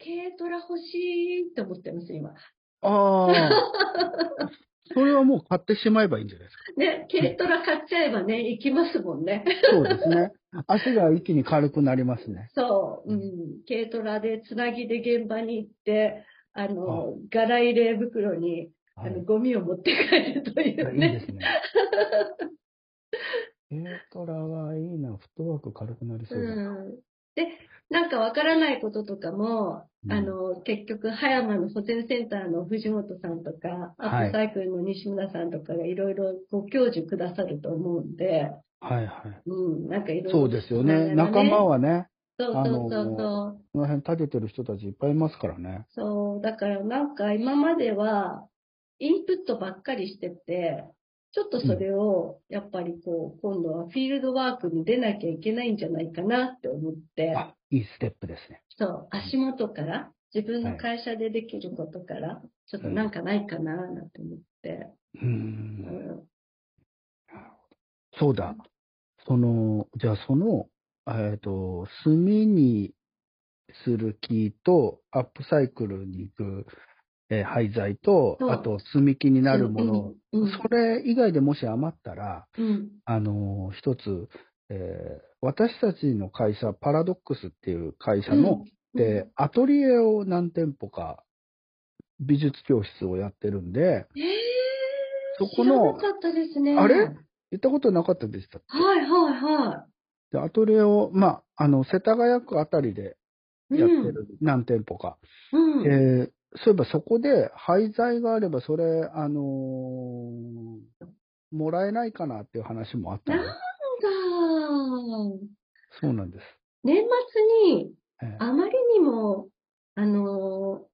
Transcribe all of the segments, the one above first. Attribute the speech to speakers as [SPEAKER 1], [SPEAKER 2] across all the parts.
[SPEAKER 1] 軽トラ欲しいって思ってます、今。
[SPEAKER 2] ああ。それはもう買ってしまえばいいんじゃないですか。
[SPEAKER 1] ね、軽トラ買っちゃえば ね、行きますもんね。
[SPEAKER 2] そうですね。足が一気に軽くなりますね。
[SPEAKER 1] そう、うん、軽トラでつなぎで現場に行って、あの、柄入れ袋に、
[SPEAKER 2] は
[SPEAKER 1] あの、
[SPEAKER 2] い。
[SPEAKER 1] ゴミを持って帰るとい
[SPEAKER 2] いやいうい
[SPEAKER 1] ね。
[SPEAKER 2] ですね。軽トラはいいな。フットワーク軽くなりそう
[SPEAKER 1] う
[SPEAKER 2] だ。
[SPEAKER 1] ん。で、なんかわからないこととかも、
[SPEAKER 2] うん
[SPEAKER 1] あの、結局、葉山の保全センターの藤本さんとか、ア
[SPEAKER 2] はい
[SPEAKER 1] ップサイクルの西村さんとかがいろいろご教授くださると思うんで、
[SPEAKER 2] はいはい。
[SPEAKER 1] うん、なんかいろいろ。
[SPEAKER 2] そうですよね。仲間
[SPEAKER 1] は。
[SPEAKER 2] はね、
[SPEAKER 1] そうそうそうそう。
[SPEAKER 2] この辺立ててる人たちいっぱいいますからね。
[SPEAKER 1] そう、だからなんか今までは、インプットばっかりしてて、ちょっとそれを、やっぱりこう、今度はフィールドワークに出なきゃいけないんじゃないかなって思って。
[SPEAKER 2] あ、いいステップですね。
[SPEAKER 1] そう、足元から、自分の会社でできることから、ちょっとなんかないかな、なんて思って。
[SPEAKER 2] うー。
[SPEAKER 1] うんん。
[SPEAKER 2] そうだ。その、じゃあその、えっ、と、炭にする木と、アップサイクルに行く、えー廃材と
[SPEAKER 1] そ、う
[SPEAKER 2] あと、炭木になるもの、
[SPEAKER 1] うん。うん
[SPEAKER 2] それ以外でもし余ったら、
[SPEAKER 1] うん。
[SPEAKER 2] あのー一つ、えー私たちの会社、パラドックスっていう会社の、
[SPEAKER 1] うん、
[SPEAKER 2] で、アトリエを何店舗か、美術教室をやってるんで、
[SPEAKER 1] うん、えー、
[SPEAKER 2] そこの
[SPEAKER 1] 知らなかったですね。
[SPEAKER 2] あれ
[SPEAKER 1] はい
[SPEAKER 2] 行ったことなかったでした。
[SPEAKER 1] はいは
[SPEAKER 2] で、アトリエを、まあ、あの、世田谷区あたりで
[SPEAKER 1] い。
[SPEAKER 2] やってる、何店舗か。
[SPEAKER 1] うん。うん。
[SPEAKER 2] えーそういえばそこで廃材があれば、それ、あのーもらえないかなっていう話もあった の。
[SPEAKER 1] なんだ
[SPEAKER 2] そうなんです。
[SPEAKER 1] 年末に、
[SPEAKER 2] えー
[SPEAKER 1] あまりにも、あのー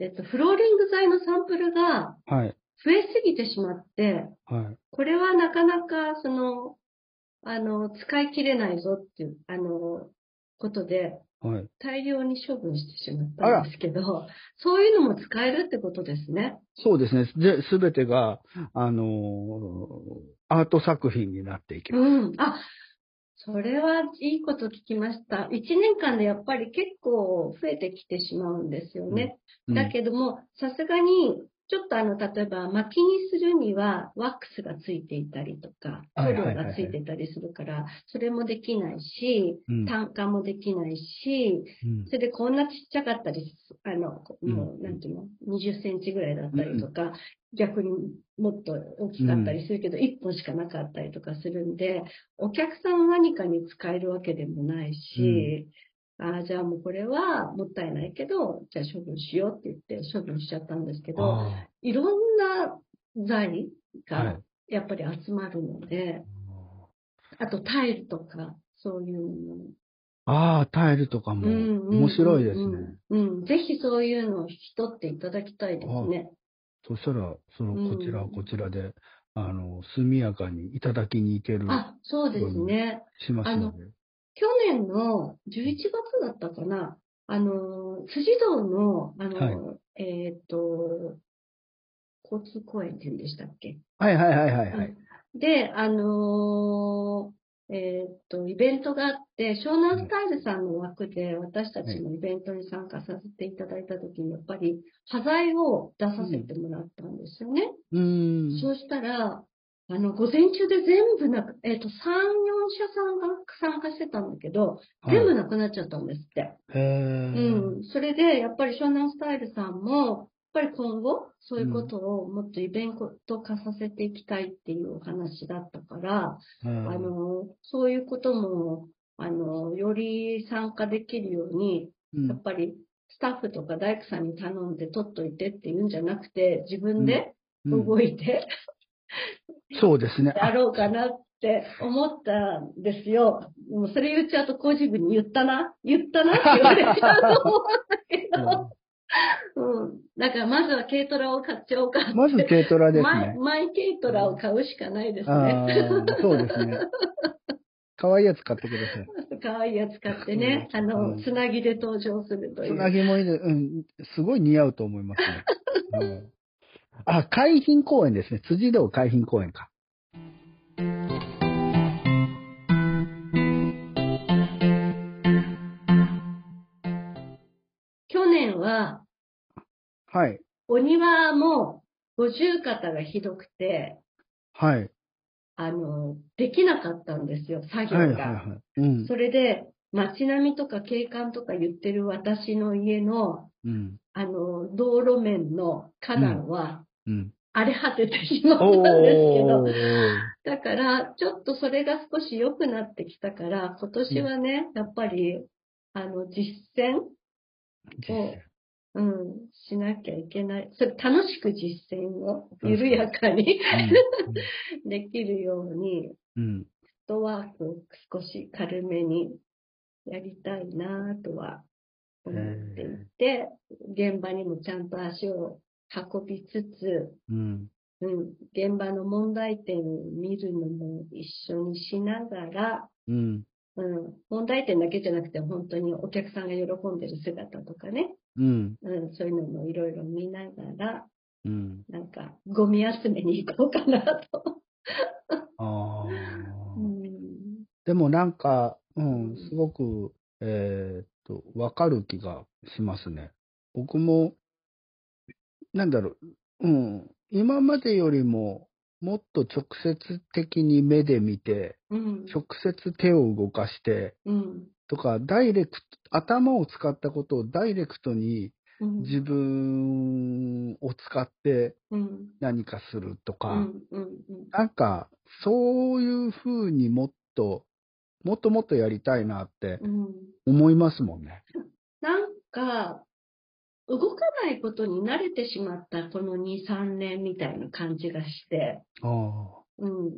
[SPEAKER 1] えっと、フローリング材のサンプルが
[SPEAKER 2] はい、
[SPEAKER 1] 増えすぎてしまって、
[SPEAKER 2] はい、
[SPEAKER 1] これはなかなか、その、あの、使い切れないぞっていう、あの、ことで、
[SPEAKER 2] はい。
[SPEAKER 1] 大量に処分してしまったんですけど、そういうのも使えるってことですね。
[SPEAKER 2] そうですね。で、すべてが、あのーアート作品になっていきます。
[SPEAKER 1] うん。あ、それはいいこと聞きました。1年間でやっぱり結構増えてきてしまうんですよね。
[SPEAKER 2] うん
[SPEAKER 1] だけども、さすがに、ちょっとあの、例えば、薪にするには、ワックスがついていたりとか、
[SPEAKER 2] は
[SPEAKER 1] 塗
[SPEAKER 2] い
[SPEAKER 1] 料
[SPEAKER 2] はいはいはい
[SPEAKER 1] がついてたりするから、それもできないし、
[SPEAKER 2] うん
[SPEAKER 1] 単価もできないし、
[SPEAKER 2] うん
[SPEAKER 1] それでこんなちっちゃかったりす、あの、こ
[SPEAKER 2] うん
[SPEAKER 1] もう、なんていうの、20センチぐらいだったりとか、逆にもっと大きかったりするけど、1本しかなかったりとかするんで、お客さんは何かに使えるわけでもないし、ああ、じゃあもうこれはもったいないけど、じゃあ処分しようって言って処分しちゃったんですけど、
[SPEAKER 2] あ
[SPEAKER 1] いろんな材
[SPEAKER 2] は
[SPEAKER 1] が
[SPEAKER 2] い
[SPEAKER 1] やっぱり集まるので、あとタイルとか、そういうのも
[SPEAKER 2] ーあー、タイルとかも面白いですね。
[SPEAKER 1] うんうんうん。ぜひそういうのを引き取っていただきたいですね。
[SPEAKER 2] そしたら、その、こちら
[SPEAKER 1] う
[SPEAKER 2] は
[SPEAKER 1] ん
[SPEAKER 2] こちらで、あの、速やかにいただきに行ける、
[SPEAKER 1] あ、そうですね。
[SPEAKER 2] しますので。
[SPEAKER 1] 去年の11月だったかな。あの、辻堂の、あの、
[SPEAKER 2] はい
[SPEAKER 1] えっ、と、交通公園って言うんでしたっけ
[SPEAKER 2] はいはいはいはいはい。
[SPEAKER 1] で、あのーえーっと、イベントがあって、湘南スタイルさんの枠で私たちのイベントに参加させていただいたときに、やっぱり、端材を出させてもらったんですよね。
[SPEAKER 2] うーん。
[SPEAKER 1] そうしたら、あの、午前中で全部なく、えーっと、3、4社さんが参加してたんだけど、
[SPEAKER 2] はい
[SPEAKER 1] 全部なくなっちゃったんですって。
[SPEAKER 2] へー
[SPEAKER 1] うん、それで、やっぱり湘南スタイルさんも、やっぱり今後、そういうことをもっとイベント化させていきたいっていうお話だったから、
[SPEAKER 2] うん
[SPEAKER 1] あの、そういうことも、あの、より参加できるように、
[SPEAKER 2] うん
[SPEAKER 1] やっぱりスタッフとか大工さんに頼んで取っといてっていうんじゃなくて、自分で
[SPEAKER 2] うん
[SPEAKER 1] 動いて
[SPEAKER 2] そうですね。
[SPEAKER 1] やろうかなって思ったんですよ。もうそれ言っちゃうと工事部に言ったな言ったなって言われちゃうと思うんだけ
[SPEAKER 2] あ
[SPEAKER 1] ど。うん。だからまずは軽トラを買っちゃおうかって。
[SPEAKER 2] まず軽トラです
[SPEAKER 1] マイ
[SPEAKER 2] ね。
[SPEAKER 1] マイ軽トラを買うしかないです
[SPEAKER 2] あ
[SPEAKER 1] ね。
[SPEAKER 2] あー、そうですね。可愛いやつ買ってください。
[SPEAKER 1] 可愛いやつ買ってね、
[SPEAKER 2] うん
[SPEAKER 1] あの
[SPEAKER 2] う、ん
[SPEAKER 1] つなぎで登場するとい
[SPEAKER 2] つ
[SPEAKER 1] う。
[SPEAKER 2] なぎもいいです。うん。すごい似合うと思いますね。うんあ、海浜公園ですね。辻堂海浜公園か。
[SPEAKER 1] 年は、
[SPEAKER 2] はい。
[SPEAKER 1] お庭も五十肩がひどくて、
[SPEAKER 2] はい。
[SPEAKER 1] あの、できなかったんですよ、作業
[SPEAKER 2] はい。はい。
[SPEAKER 1] が。
[SPEAKER 2] はい。うん。
[SPEAKER 1] それで、街並みとか景観とか言ってる私の家の、
[SPEAKER 2] うん。
[SPEAKER 1] あの、道路面の花壇は
[SPEAKER 2] うん。
[SPEAKER 1] 荒れ果ててしまった
[SPEAKER 2] お
[SPEAKER 1] んですけど、
[SPEAKER 2] ー。
[SPEAKER 1] だから、ちょっとそれが少し良くなってきたから、今年はね、やっぱり、あの、実践を、うん、しなきゃいけない。それ楽しく実践を緩やかに できるように、
[SPEAKER 2] うん。うん。
[SPEAKER 1] フットワークを少し軽めにやりたいなとは思っていて、現場にもちゃんと足を運びつつ、
[SPEAKER 2] うん。
[SPEAKER 1] うん、現場の問題点を見るのも一緒にしながら、
[SPEAKER 2] うん。
[SPEAKER 1] うん、問題点だけじゃなくて本当にお客さんが喜んでる姿とかね、
[SPEAKER 2] うん。
[SPEAKER 1] うん、そういうのもいろいろ見ながら、
[SPEAKER 2] うん。
[SPEAKER 1] なんかゴミ集めに行こうかなと。
[SPEAKER 2] ああ。
[SPEAKER 1] うん
[SPEAKER 2] でもなんか、う
[SPEAKER 1] うん
[SPEAKER 2] ん、すごく、えーっと、わかる気がしますね。僕も、なんだろう、うん、今までよりも、もっと直接的に目で見て、
[SPEAKER 1] うん
[SPEAKER 2] 直接手を動かして、
[SPEAKER 1] うん
[SPEAKER 2] とか、ダイレクト、頭を使ったことをダイレクトに
[SPEAKER 1] うん
[SPEAKER 2] 自分を使って
[SPEAKER 1] うん
[SPEAKER 2] 何かするとか、
[SPEAKER 1] うんうんうん
[SPEAKER 2] なんか、そういう風にもっと、もっともっとやりたいなって
[SPEAKER 1] うん
[SPEAKER 2] 思いますもんね。
[SPEAKER 1] なんか、動かないことに慣れてしまったこの2、3年みたいな感じがして、
[SPEAKER 2] ああ。
[SPEAKER 1] うん。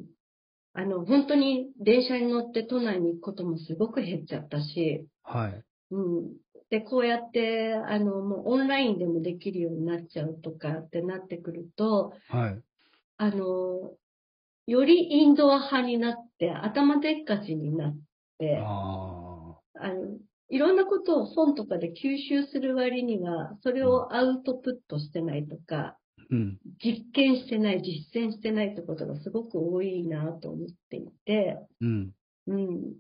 [SPEAKER 1] あの、本当に電車に乗って都内に行くこともすごく減っちゃったし、
[SPEAKER 2] はい。
[SPEAKER 1] うん。で、こうやって、あの、もうオンラインでもできるようになっちゃうとかってなってくると、
[SPEAKER 2] はい。
[SPEAKER 1] あの、よりインドア派になって、頭でっかちになって、
[SPEAKER 2] あ
[SPEAKER 1] あの、いろんなことを本とかで吸収する割には、それをアウトプットしてないとか、
[SPEAKER 2] あ。うん。
[SPEAKER 1] 実験してない、実践してないってことがすごく多いなと思っていて、
[SPEAKER 2] うん。
[SPEAKER 1] うん。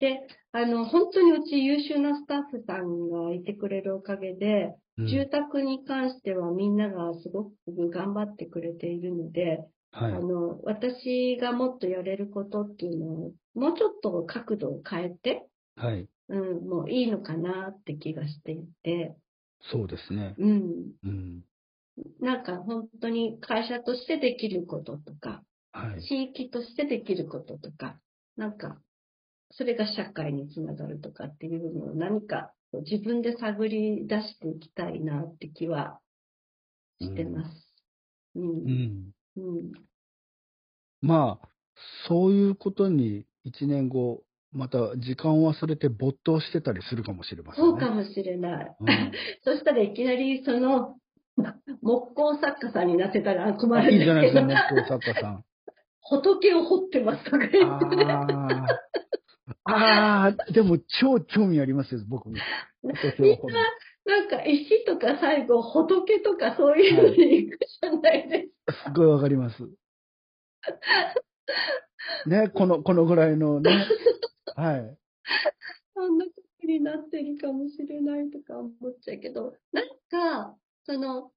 [SPEAKER 1] で、あの、本当にうち優秀なスタッフさんがいてくれるおかげで、
[SPEAKER 2] うん
[SPEAKER 1] 住宅に関してはみんながすごく頑張ってくれているので、
[SPEAKER 2] は
[SPEAKER 1] あ
[SPEAKER 2] い。
[SPEAKER 1] の、私がもっとやれることっていうのを、もうちょっと角度を変えて、
[SPEAKER 2] はい。
[SPEAKER 1] うん、もういいのかなって気がしていて、
[SPEAKER 2] そうですね。
[SPEAKER 1] うん。
[SPEAKER 2] うん。
[SPEAKER 1] なんか本当に会社としてできることとか、
[SPEAKER 2] はい。
[SPEAKER 1] 地域としてできることとか、なんか、それが社会につながるとかっていうのを何かこう自分で探り出していきたいなって気はしてます。うん。
[SPEAKER 2] う
[SPEAKER 1] うん。
[SPEAKER 2] ん。まあ、そういうことに一年後、また時間を忘れて没頭してたりするかもしれませんね。
[SPEAKER 1] そうかもしれない。 そしたらいきなりその、木工作家さんになってたら困
[SPEAKER 2] うん。
[SPEAKER 1] るん
[SPEAKER 2] いい
[SPEAKER 1] で
[SPEAKER 2] じゃ
[SPEAKER 1] す
[SPEAKER 2] ないで
[SPEAKER 1] け
[SPEAKER 2] すか、
[SPEAKER 1] ど、
[SPEAKER 2] 木工作家さん。
[SPEAKER 1] 仏を掘ってますとか言って
[SPEAKER 2] ああ。ああ、でも超興味ありますよ、僕も。
[SPEAKER 1] みんな、なんか石とか最後、仏とかそういうのに行くじゃないです
[SPEAKER 2] ごいわかります。ね、この、このぐらいのね。はい。
[SPEAKER 1] すか。そんなことになってるかもしれないとか思っちゃうけど、なんか、その、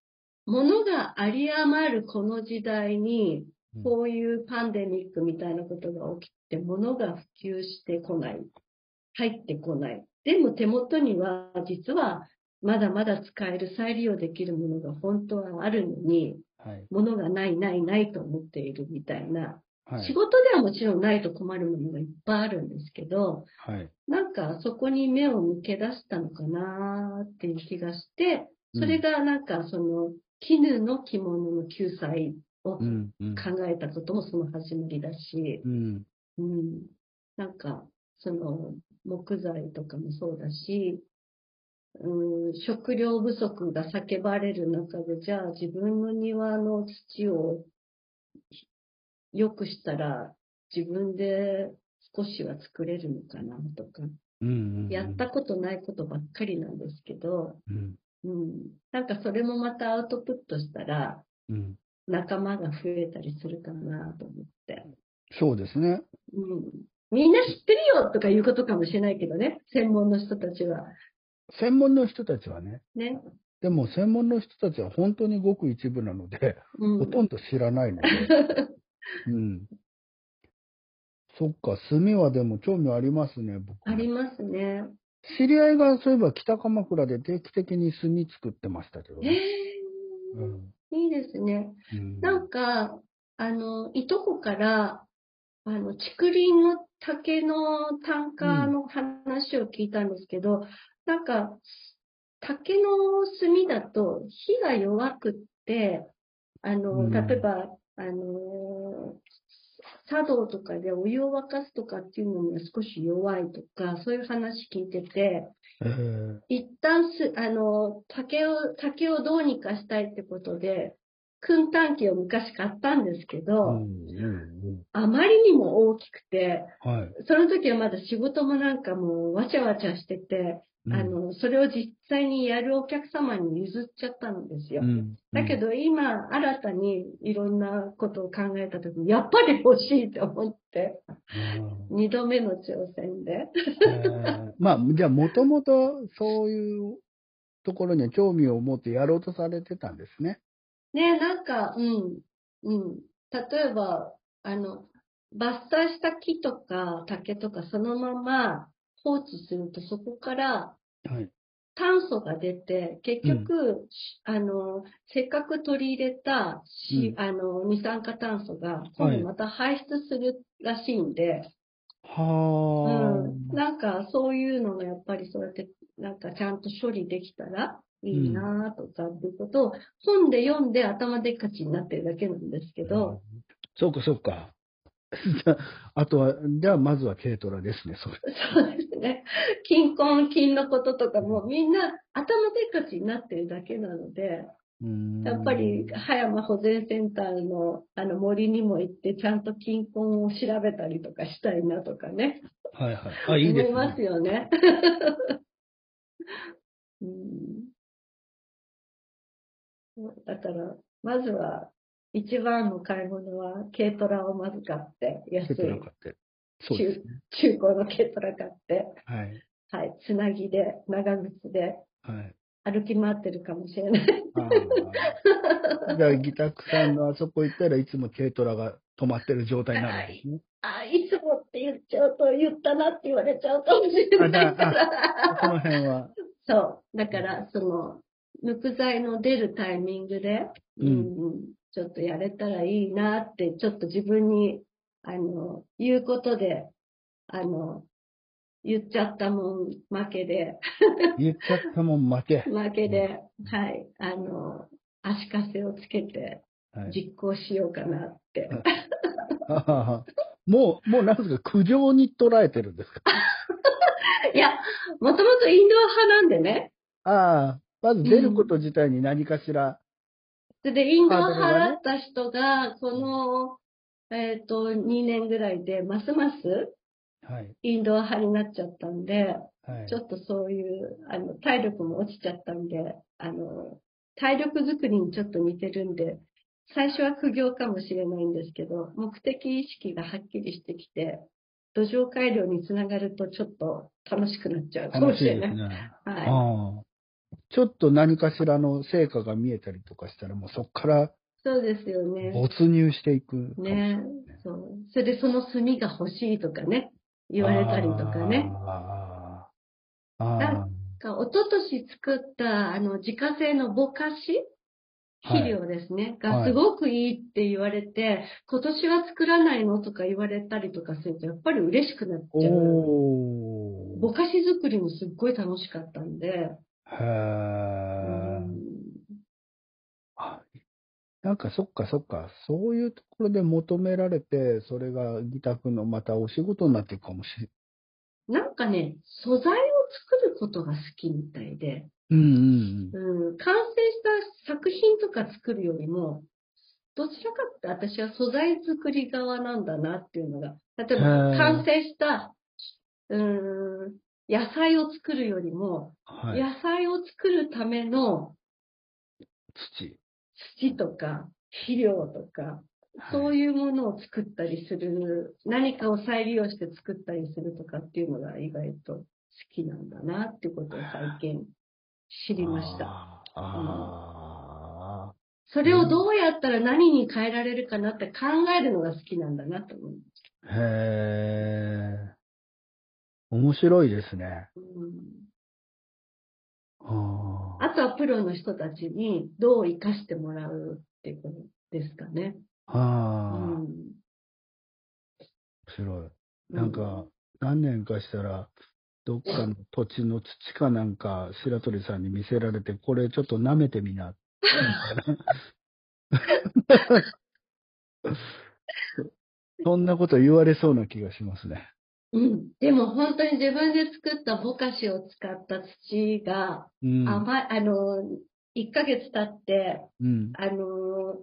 [SPEAKER 1] 物が有り余るこの時代に、こういうパンデミックみたいなことが起きて、物が普及してこない。入ってこない。でも手元には、実は、まだまだ使える、再利用できるものが本当はあるのに、
[SPEAKER 2] はい。
[SPEAKER 1] 物がないないないと思っているみたいな
[SPEAKER 2] は
[SPEAKER 1] 仕
[SPEAKER 2] い。
[SPEAKER 1] 事ではもちろんないと困るものがいっぱいあるんですけど、
[SPEAKER 2] はい。
[SPEAKER 1] なんかそこに目を向け出したのかなーっていう気がして、それがなんかその絹の着物の救済を考
[SPEAKER 2] うん。うん。
[SPEAKER 1] えたこともその始まりだし、
[SPEAKER 2] うん。
[SPEAKER 1] うん、なんかその木材とかもそうだし、うん、食料不足が叫ばれる中で、じゃあ自分の庭の土を良くしたら自分で少しは作れるのかなとか、
[SPEAKER 2] うん。
[SPEAKER 1] やった。ことないことばっかりなんですけど、
[SPEAKER 2] うん。
[SPEAKER 1] うん、なんかそれもまたアウトプットしたら
[SPEAKER 2] うん。
[SPEAKER 1] 仲間が増えたりするかなと思って。
[SPEAKER 2] そうですね。
[SPEAKER 1] うんみんな知ってるよとかいうことかもしれないけどね、専門の人たちは。
[SPEAKER 2] 専門の人たちはね、
[SPEAKER 1] ね。
[SPEAKER 2] でも専門の人たちは本当にごく一部なので、
[SPEAKER 1] う
[SPEAKER 2] ほ
[SPEAKER 1] ん。
[SPEAKER 2] とんど知らない ので。うん。そっか、炭はでも興味ありますね、僕。
[SPEAKER 1] ありますね。
[SPEAKER 2] 知り合いがそういえば北鎌倉で定期的に炭作ってましたけど
[SPEAKER 1] え
[SPEAKER 2] ね。
[SPEAKER 1] ー
[SPEAKER 2] うん
[SPEAKER 1] いいですね。
[SPEAKER 2] うん
[SPEAKER 1] なんか、あの、いとこから、あの、竹林の竹の単価の話を聞いたんですけど、なんか、竹の炭だと火が弱くって、あ
[SPEAKER 2] う
[SPEAKER 1] の、
[SPEAKER 2] ん
[SPEAKER 1] 例えば、あの、茶道とかでお湯を沸かすとかっていうのには少し弱いとか、そういう話聞いてて、
[SPEAKER 2] えー
[SPEAKER 1] 一旦す、あの、竹を、竹をどうにかしたいってことで、燻炭機を昔買ったんですけど、
[SPEAKER 2] うんうん
[SPEAKER 1] あまりにも大きくて、
[SPEAKER 2] うんはい。
[SPEAKER 1] その時はまだ仕事もなんかもうわちゃわちゃしてて、あの、それを実際にやるお客様に譲っちゃったんですよ。
[SPEAKER 2] うん、
[SPEAKER 1] だけど今、新たにいろんなことを考えた時に、やっぱり欲しいと思って、
[SPEAKER 2] うん、
[SPEAKER 1] 二度目の挑戦で。
[SPEAKER 2] えーまあ、じゃあ、もともとそういうところには興味を持ってやろうとされてたんですね。
[SPEAKER 1] ね、なんか、うん、うん。例えば、あの、伐採した木とか竹とかそのまま放置するとそこから
[SPEAKER 2] はい。
[SPEAKER 1] 炭素が出て、結局、あの、せっかく取り入れたし、
[SPEAKER 2] う
[SPEAKER 1] あの、二酸化炭素が今度また排出するらしいんで、
[SPEAKER 2] は
[SPEAKER 1] うん。なんかそういうのがやっぱりそうやって、なんかちゃんと処理できたらいいなとかっていうことを、本で読んで頭でっかちになってるだけなんですけど、
[SPEAKER 2] そうか、そうか。 じゃあ、あとは、じゃあ、まずは軽トラですね、それ。
[SPEAKER 1] そうですね。金婚金のこととかもみんな頭でっかちになってるだけなので、やっぱり葉山保全センターのあの森にも行って、ちゃんと金婚を調べたりとかしたいなとかね、
[SPEAKER 2] はいはい。あ、いいです
[SPEAKER 1] 思います
[SPEAKER 2] ね。
[SPEAKER 1] よね。 うん、だから、まずは、一番の買い物は軽トラをまず買って、安
[SPEAKER 2] 軽
[SPEAKER 1] い
[SPEAKER 2] トラ買って。そうですね。
[SPEAKER 1] 中古の軽トラ買って、
[SPEAKER 2] はい。
[SPEAKER 1] はい、つなぎで、長靴で
[SPEAKER 2] はい。
[SPEAKER 1] 歩き回ってるかもしれない。
[SPEAKER 2] あーじゃあ、ギタクさんのあそこ行ったらいつも軽トラが止まってる状態なんですね。
[SPEAKER 1] あ、いつもって言っちゃうと、言ったなって言われちゃうかもしれないから。
[SPEAKER 2] この辺は。
[SPEAKER 1] そう。だから、その、無垢剤の出るタイミングで、
[SPEAKER 2] うん
[SPEAKER 1] うんちょっとやれたらいいなって、ちょっと自分に、あの、言うことで、あの、言っちゃったもん、負けで、
[SPEAKER 2] 言っちゃったもん負け。
[SPEAKER 1] 負けで、はい、あの、足かせをつけて
[SPEAKER 2] はい、
[SPEAKER 1] 実行しようかなって。
[SPEAKER 2] もう、もうなんですか、苦情に捉えてるんですか。
[SPEAKER 1] いや、もともとインドア派なんでね、
[SPEAKER 2] ああ、まず出ること自体に何かしら。
[SPEAKER 1] それで、インド
[SPEAKER 2] ハ
[SPEAKER 1] を
[SPEAKER 2] ードルが
[SPEAKER 1] 払
[SPEAKER 2] ね
[SPEAKER 1] った人が、この、えっ、と、2年ぐらいで、ますます
[SPEAKER 2] はい。
[SPEAKER 1] インドア派になっちゃったんで、
[SPEAKER 2] はい
[SPEAKER 1] ち。ょっとそういう、あの、体力も落ちちゃったんで、あの、体力づくりにちょっと似てるんで、最初は苦行かもしれないんですけど、目的意識がはっきりしてきて、土壌改良につながるとちょっと楽しくなっちゃうかも
[SPEAKER 2] 楽
[SPEAKER 1] し
[SPEAKER 2] しい
[SPEAKER 1] れな
[SPEAKER 2] です
[SPEAKER 1] い。
[SPEAKER 2] ね。
[SPEAKER 1] はい。
[SPEAKER 2] ああちょっと何かしらの成果が見えたりとかしたら、もうそこから
[SPEAKER 1] そうですよね。
[SPEAKER 2] 没入していくかもしれない。
[SPEAKER 1] ねそう。それでその炭が欲しいとかね、言われたりとかね。
[SPEAKER 2] あー。あ
[SPEAKER 1] か一昨年作った、あの、自家製のぼかし
[SPEAKER 2] はい
[SPEAKER 1] 肥料ですね、
[SPEAKER 2] は
[SPEAKER 1] が
[SPEAKER 2] い
[SPEAKER 1] すごくいいって言われて、今年は作らないのとか言われたりとかすると、やっぱり嬉しくなっ
[SPEAKER 2] ー
[SPEAKER 1] ちゃう。
[SPEAKER 2] お
[SPEAKER 1] ぼ
[SPEAKER 2] ー。
[SPEAKER 1] かし作りもすっごい楽しかったんで。
[SPEAKER 2] へーあなんかそっかそっか、そういうところで求められて、それがギタ君のまたお仕事になっていくかもしれない。
[SPEAKER 1] なんかね、素材を作ることが好きみたいで、
[SPEAKER 2] うんうん
[SPEAKER 1] うん、完成した作品とか作るよりも、どちらかって私は素材作り側なんだなっていうのが、例えば
[SPEAKER 2] へー
[SPEAKER 1] 完成した、うん、野菜を作るよりも、
[SPEAKER 2] うん。はい。
[SPEAKER 1] 野菜を作るための
[SPEAKER 2] 土。
[SPEAKER 1] 土とか肥料とか、そういうものを作ったりする、何かを再利用して作ったりするとかっていうのが意外と好きなんだなってことを最近知りました。
[SPEAKER 2] あーあ
[SPEAKER 1] それをどうやったら何に変えられるかなって考えるのが好きなんだなと思う。
[SPEAKER 2] ー、へえ。面白いですね。
[SPEAKER 1] うん
[SPEAKER 2] あ
[SPEAKER 1] あとはプロの人たちにどう生かしてもらうっていうことですかね。
[SPEAKER 2] あ。ああ。
[SPEAKER 1] う
[SPEAKER 2] 面
[SPEAKER 1] ん
[SPEAKER 2] 白い。なんか、、何年かしたら、どっかの土地の土かなんか、白鳥さんに見せられて、これちょっと舐めて みな。そんなこと言われそうな気がしますね。
[SPEAKER 1] うん。でも本当に自分で作ったボカシを使った土が
[SPEAKER 2] うん。
[SPEAKER 1] 甘い、あの、1ヶ月経って、
[SPEAKER 2] うん。
[SPEAKER 1] あの、うん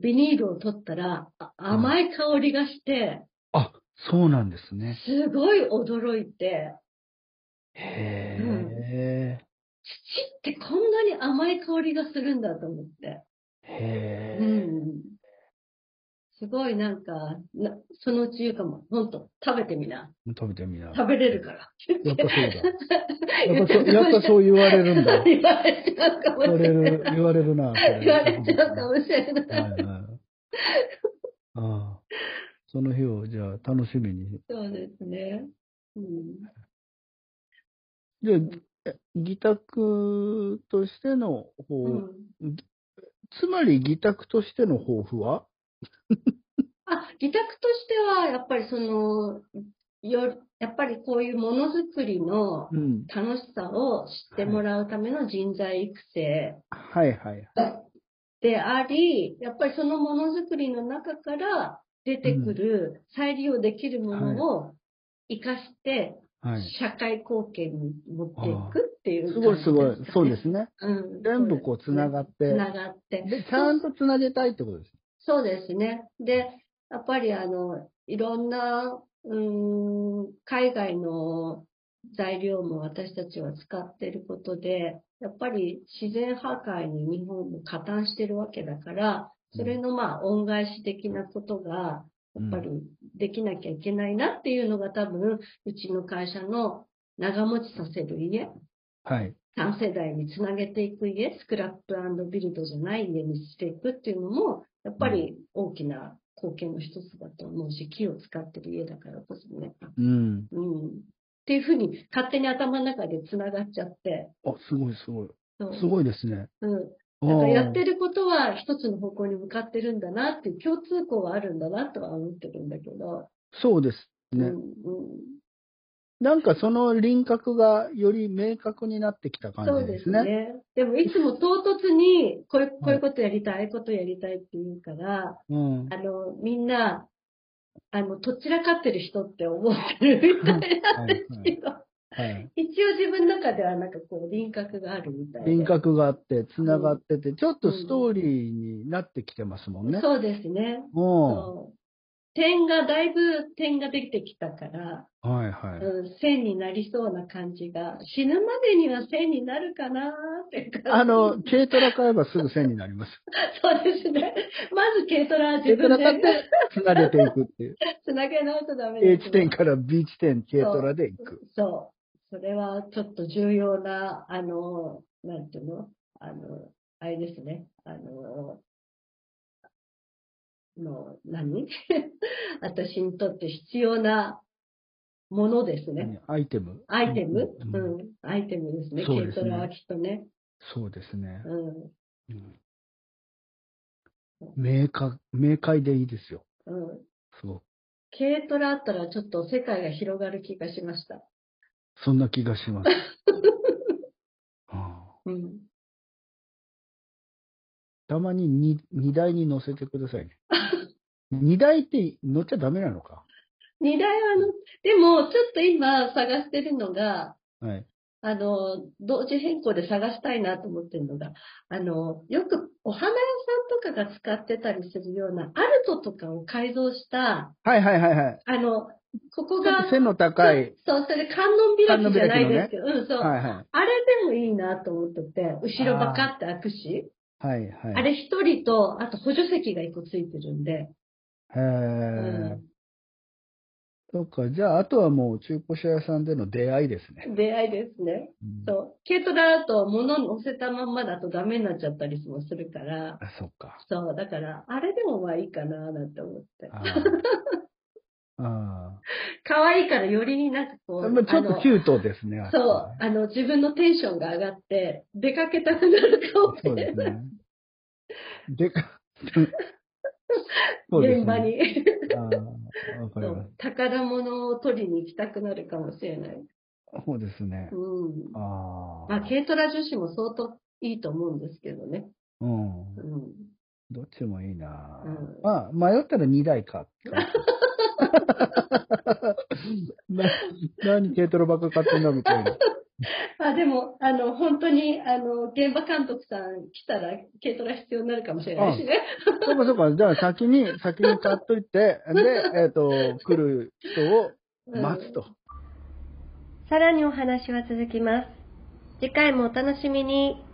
[SPEAKER 1] ビニールを取ったらあ甘い香りがして、
[SPEAKER 2] あ、そうなんですね。
[SPEAKER 1] すごい驚いて、
[SPEAKER 2] へ
[SPEAKER 1] 土ってこんなに甘い香りがするんだと思って。
[SPEAKER 2] え。
[SPEAKER 1] う
[SPEAKER 2] へえ。
[SPEAKER 1] んすごいなんか、なそのうち言うかも、ほんと、食べてみな。
[SPEAKER 2] 食べてみな。
[SPEAKER 1] 食べれるから。
[SPEAKER 2] やっぱそうだ。や
[SPEAKER 1] 言っ
[SPEAKER 2] っ
[SPEAKER 1] て
[SPEAKER 2] ぱそう、やっぱそう言われるんだ。
[SPEAKER 1] 言われちゃうかも
[SPEAKER 2] 言
[SPEAKER 1] しれ
[SPEAKER 2] われ
[SPEAKER 1] ない。
[SPEAKER 2] る、言われるな。これ
[SPEAKER 1] 言われちゃうかもしれない。
[SPEAKER 2] はいはい。ああ。その日を、じゃあ、楽しみに。
[SPEAKER 1] そうですね。うん、
[SPEAKER 2] じゃあ、え議宅としての抱
[SPEAKER 1] う
[SPEAKER 2] 負、
[SPEAKER 1] ん
[SPEAKER 2] つまり議宅としての抱負は
[SPEAKER 1] あ、自宅としては、やっぱりその、よ、やっぱりこういうものづくりの
[SPEAKER 2] うん。
[SPEAKER 1] 楽しさを知ってもらうための人材育成
[SPEAKER 2] はいはい。
[SPEAKER 1] であり、やっぱりそのものづくりの中から出てくる、再利用できるものを活かして、
[SPEAKER 2] はい。
[SPEAKER 1] 社会貢献に持っていくっていう、
[SPEAKER 2] すごいすごい。そうですすね。
[SPEAKER 1] かね。うん。
[SPEAKER 2] 全部こう、つながっ
[SPEAKER 1] つ
[SPEAKER 2] て。
[SPEAKER 1] ながって。
[SPEAKER 2] で、ちゃんとつなげたいってことです。
[SPEAKER 1] そうですね。で、やっぱりあの、いろんな、うーん、海外の材料も私たちは使っていることで、やっぱり自然破壊に日本も加担してるわけだから、それのまあ恩返し的なことが、やっぱりできなきゃいけないなっていうのが多分、うちの会社の長持ちさせる家、
[SPEAKER 2] はい。
[SPEAKER 1] 3世代につなげていく家、スクラップビルドじゃない家にしていくっていうのも、やっぱり大きな貢献の一つだと思うし、木を使ってる家だからこそね。
[SPEAKER 2] うん。
[SPEAKER 1] うん。っていうふうに勝手に頭の中でつながっちゃって。
[SPEAKER 2] あ、すごいすごい。
[SPEAKER 1] そう
[SPEAKER 2] すごいですね。
[SPEAKER 1] うん。
[SPEAKER 2] あ
[SPEAKER 1] だ
[SPEAKER 2] あ
[SPEAKER 1] からやってることは一つの方向に向かってるんだなっていう共通項はあるんだなとは思ってるんだけど。
[SPEAKER 2] そうですね。
[SPEAKER 1] うん、
[SPEAKER 2] なんかその輪郭がより明確になってきた
[SPEAKER 1] うん。
[SPEAKER 2] 感
[SPEAKER 1] そう
[SPEAKER 2] じで
[SPEAKER 1] ですす
[SPEAKER 2] ね。
[SPEAKER 1] ね。でもいつも唐突にこういうこういうことやりたい、ああいうことやりたいって言うから、
[SPEAKER 2] うん
[SPEAKER 1] あ。の、みんな、あの、どちらかってる人って思ってるみたいなんですけど、
[SPEAKER 2] はい。
[SPEAKER 1] 一応自分の中ではなんかこう、輪郭があるみたいで。
[SPEAKER 2] 輪郭があって、つながってて、ちょっとストーリーになってきてますもんね。
[SPEAKER 1] そうですね。
[SPEAKER 2] も
[SPEAKER 1] そう点が、だいぶ点ができてきたから、
[SPEAKER 2] うん。はいはい。
[SPEAKER 1] うん、線になりそうな感じが、死ぬまでには線になるかなーっていう感じ。
[SPEAKER 2] あの、軽トラ買えばすぐ線になります。
[SPEAKER 1] そうですね。まず軽トラは自
[SPEAKER 2] 軽ト
[SPEAKER 1] 分
[SPEAKER 2] ラ買っ
[SPEAKER 1] で
[SPEAKER 2] て、つなげていくって いう。
[SPEAKER 1] つなげないとダメ
[SPEAKER 2] A
[SPEAKER 1] です
[SPEAKER 2] 地
[SPEAKER 1] ね。
[SPEAKER 2] 点から B 地点、軽トラで行く。
[SPEAKER 1] そう。それはちょっと重要な、あの、なんていうのあの、あれですね。あの、の何 私にとって必要なものですね。
[SPEAKER 2] アイテム。
[SPEAKER 1] アイテム、
[SPEAKER 2] うん
[SPEAKER 1] うん、アイテムですね。
[SPEAKER 2] そう
[SPEAKER 1] 軽
[SPEAKER 2] ですね
[SPEAKER 1] トラはきっとね。
[SPEAKER 2] そうですね。
[SPEAKER 1] うん。
[SPEAKER 2] うん明確、明快でいいですよ。
[SPEAKER 1] うん。
[SPEAKER 2] すごく。
[SPEAKER 1] 軽トラあったらちょっと世界が広がる気がしました。
[SPEAKER 2] そんな気が します。はあ
[SPEAKER 1] うん。
[SPEAKER 2] たまにに荷台に乗せてくださいね。荷台って乗っちゃダメなのか。
[SPEAKER 1] 二台はの、でもちょっと今探してるのが、
[SPEAKER 2] はい。
[SPEAKER 1] あの、同時変更で探したいなと思ってるのが、あの、よくお花屋さんとかが使ってたりするような、アルトとかを改造した、
[SPEAKER 2] はいはいはいはい。
[SPEAKER 1] あの、ここ
[SPEAKER 2] ちょっ
[SPEAKER 1] が
[SPEAKER 2] と、背の高い。
[SPEAKER 1] そう、それ観音開きじゃないですけど、うん、そう、
[SPEAKER 2] はいはい。
[SPEAKER 1] あれでもいいなと思ってて、後ろバカって開くし、
[SPEAKER 2] はい
[SPEAKER 1] あ
[SPEAKER 2] はい。
[SPEAKER 1] れ一人と、あと補助席が一個ついてるんで、う
[SPEAKER 2] へー
[SPEAKER 1] ん
[SPEAKER 2] そうか、じゃあ、あとはもう中古車屋さんでの出会いですね。
[SPEAKER 1] 出会いですね。
[SPEAKER 2] うん
[SPEAKER 1] そう。軽トラだと物乗せたまんまだとダメになっちゃったりもするから、
[SPEAKER 2] あ、そう か。
[SPEAKER 1] そう、だから、あれでもまあいいかななんて思って。
[SPEAKER 2] あああ
[SPEAKER 1] 可愛いからよりになんかこ
[SPEAKER 2] あ。
[SPEAKER 1] う、
[SPEAKER 2] まあちょっ
[SPEAKER 1] あ
[SPEAKER 2] と
[SPEAKER 1] の
[SPEAKER 2] キュートですね、あ
[SPEAKER 1] そ
[SPEAKER 2] と
[SPEAKER 1] う
[SPEAKER 2] は、
[SPEAKER 1] あの、自分のテンションが上がって、出かけたくなるかもし
[SPEAKER 2] そう
[SPEAKER 1] れ
[SPEAKER 2] です
[SPEAKER 1] ない。
[SPEAKER 2] ね。でか、
[SPEAKER 1] 現場。に。
[SPEAKER 2] ああ、わか
[SPEAKER 1] そ
[SPEAKER 2] りま
[SPEAKER 1] う宝物を取りに行きたくなるかもしれない。
[SPEAKER 2] す。そうですね
[SPEAKER 1] う。ん。
[SPEAKER 2] ああ。
[SPEAKER 1] まあ、軽トラ女子も相当いいと思うんですけどね。
[SPEAKER 2] うん。
[SPEAKER 1] うん。
[SPEAKER 2] どっちもいいな、
[SPEAKER 1] うん
[SPEAKER 2] まあ、迷ったら2台か って感じ。な何軽トラばっか買ってんだみたいな。
[SPEAKER 1] まあ、でも、あの、本当に、あの、現場監督さん来たら軽トラ必要になるかもしれないしね。
[SPEAKER 2] そうかそうか。じゃあ先に、先に買っといて、で、えっ、と、来る人を
[SPEAKER 1] うん
[SPEAKER 2] 待つと。
[SPEAKER 1] さらにお話は続きます。次回もお楽しみに。